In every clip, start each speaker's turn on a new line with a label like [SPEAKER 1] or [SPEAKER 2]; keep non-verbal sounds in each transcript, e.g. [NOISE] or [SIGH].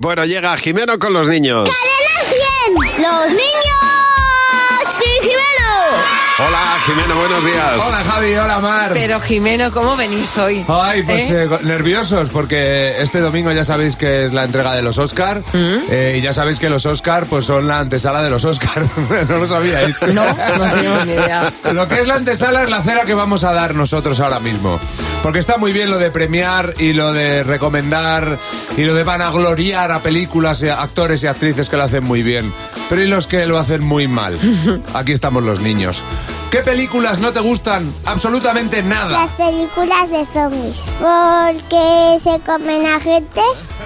[SPEAKER 1] Bueno, llega Jimeno con los niños.
[SPEAKER 2] ¡Cadena 100! ¡Los niños! ¡Sí, Jimeno!
[SPEAKER 1] Hola, Jimeno, buenos días.
[SPEAKER 3] Hola Javi, hola Mar.
[SPEAKER 4] Pero Jimeno, ¿cómo venís hoy?
[SPEAKER 3] Ay, pues
[SPEAKER 4] ¿Eh?
[SPEAKER 3] eh, go- nerviosos porque este domingo ya sabéis que es la entrega de los Oscar
[SPEAKER 4] ¿Mm?
[SPEAKER 3] eh, y ya sabéis que los Oscar pues son la antesala de los Oscar. [LAUGHS] no lo sabíais.
[SPEAKER 4] No, no tengo ni idea.
[SPEAKER 3] Lo que es la antesala es la cera que vamos a dar nosotros ahora mismo. Porque está muy bien lo de premiar y lo de recomendar y lo de vanagloriar a películas, y a actores y actrices que lo hacen muy bien. Pero ¿y los que lo hacen muy mal?
[SPEAKER 4] [LAUGHS]
[SPEAKER 3] Aquí estamos los niños. ¿Qué películas no te gustan? Absolutamente nada.
[SPEAKER 2] Las películas de zombies. Porque se comen a gente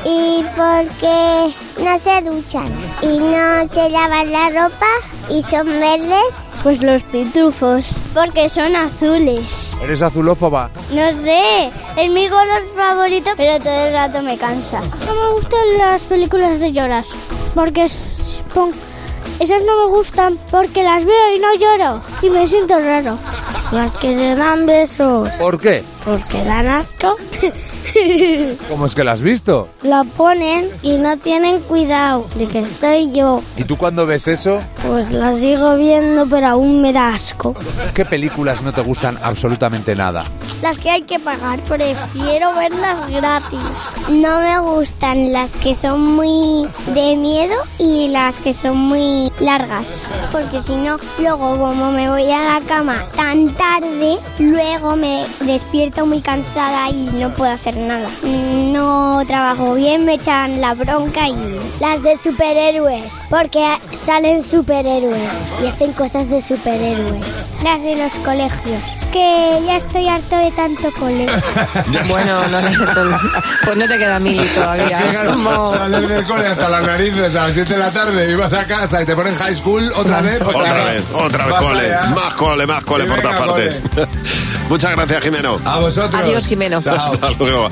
[SPEAKER 2] y porque no se duchan. Y no se lavan la ropa y son verdes. Pues los pitufos. Porque son azules.
[SPEAKER 3] ¿Eres azulófoba?
[SPEAKER 2] No sé, es mi color favorito, pero todo el rato me cansa. No me gustan las películas de lloras, porque es- pon- esas no me gustan porque las veo y no lloro y me siento raro. Las que se dan besos,
[SPEAKER 3] ¿Por qué?
[SPEAKER 2] porque dan asco, [LAUGHS]
[SPEAKER 3] ¿Cómo es que la has visto?
[SPEAKER 2] la ponen y no tienen cuidado de que estoy yo.
[SPEAKER 3] ¿Y tú cuando ves eso,
[SPEAKER 2] Pues las sigo viendo, pero aún me da asco.
[SPEAKER 3] qué películas no te gustan absolutamente nada?
[SPEAKER 2] Las que hay que pagar, prefiero verlas gratis. No me gustan las que son muy de miedo y las que son muy largas. Porque si no, luego como me voy a la cama tan tarde, luego me despierto muy cansada y no puedo hacer nada. No trabajo bien, me echan la bronca y... Las de superhéroes, porque salen superhéroes y hacen cosas de superhéroes. Las de los colegios, que ya estoy harto de tanto colegio.
[SPEAKER 3] eh,
[SPEAKER 4] Bueno, no, no, pues no te queda mili
[SPEAKER 3] [LAUGHS]
[SPEAKER 4] todavía. Como-
[SPEAKER 3] Sales del cole hasta las narices a las 7 de la tarde y vas a casa y te pones high school otra vez. pues
[SPEAKER 1] Otra
[SPEAKER 3] claro.
[SPEAKER 1] vez, otra vez
[SPEAKER 3] Basta
[SPEAKER 1] cole.
[SPEAKER 3] ya.
[SPEAKER 1] Más cole, más cole
[SPEAKER 3] Y
[SPEAKER 1] por
[SPEAKER 3] venga,
[SPEAKER 1] todas partes. [LAUGHS] Muchas gracias, Jimeno.
[SPEAKER 3] A vosotros.
[SPEAKER 4] Adiós, Jimeno.
[SPEAKER 3] Chao.
[SPEAKER 1] Hasta luego.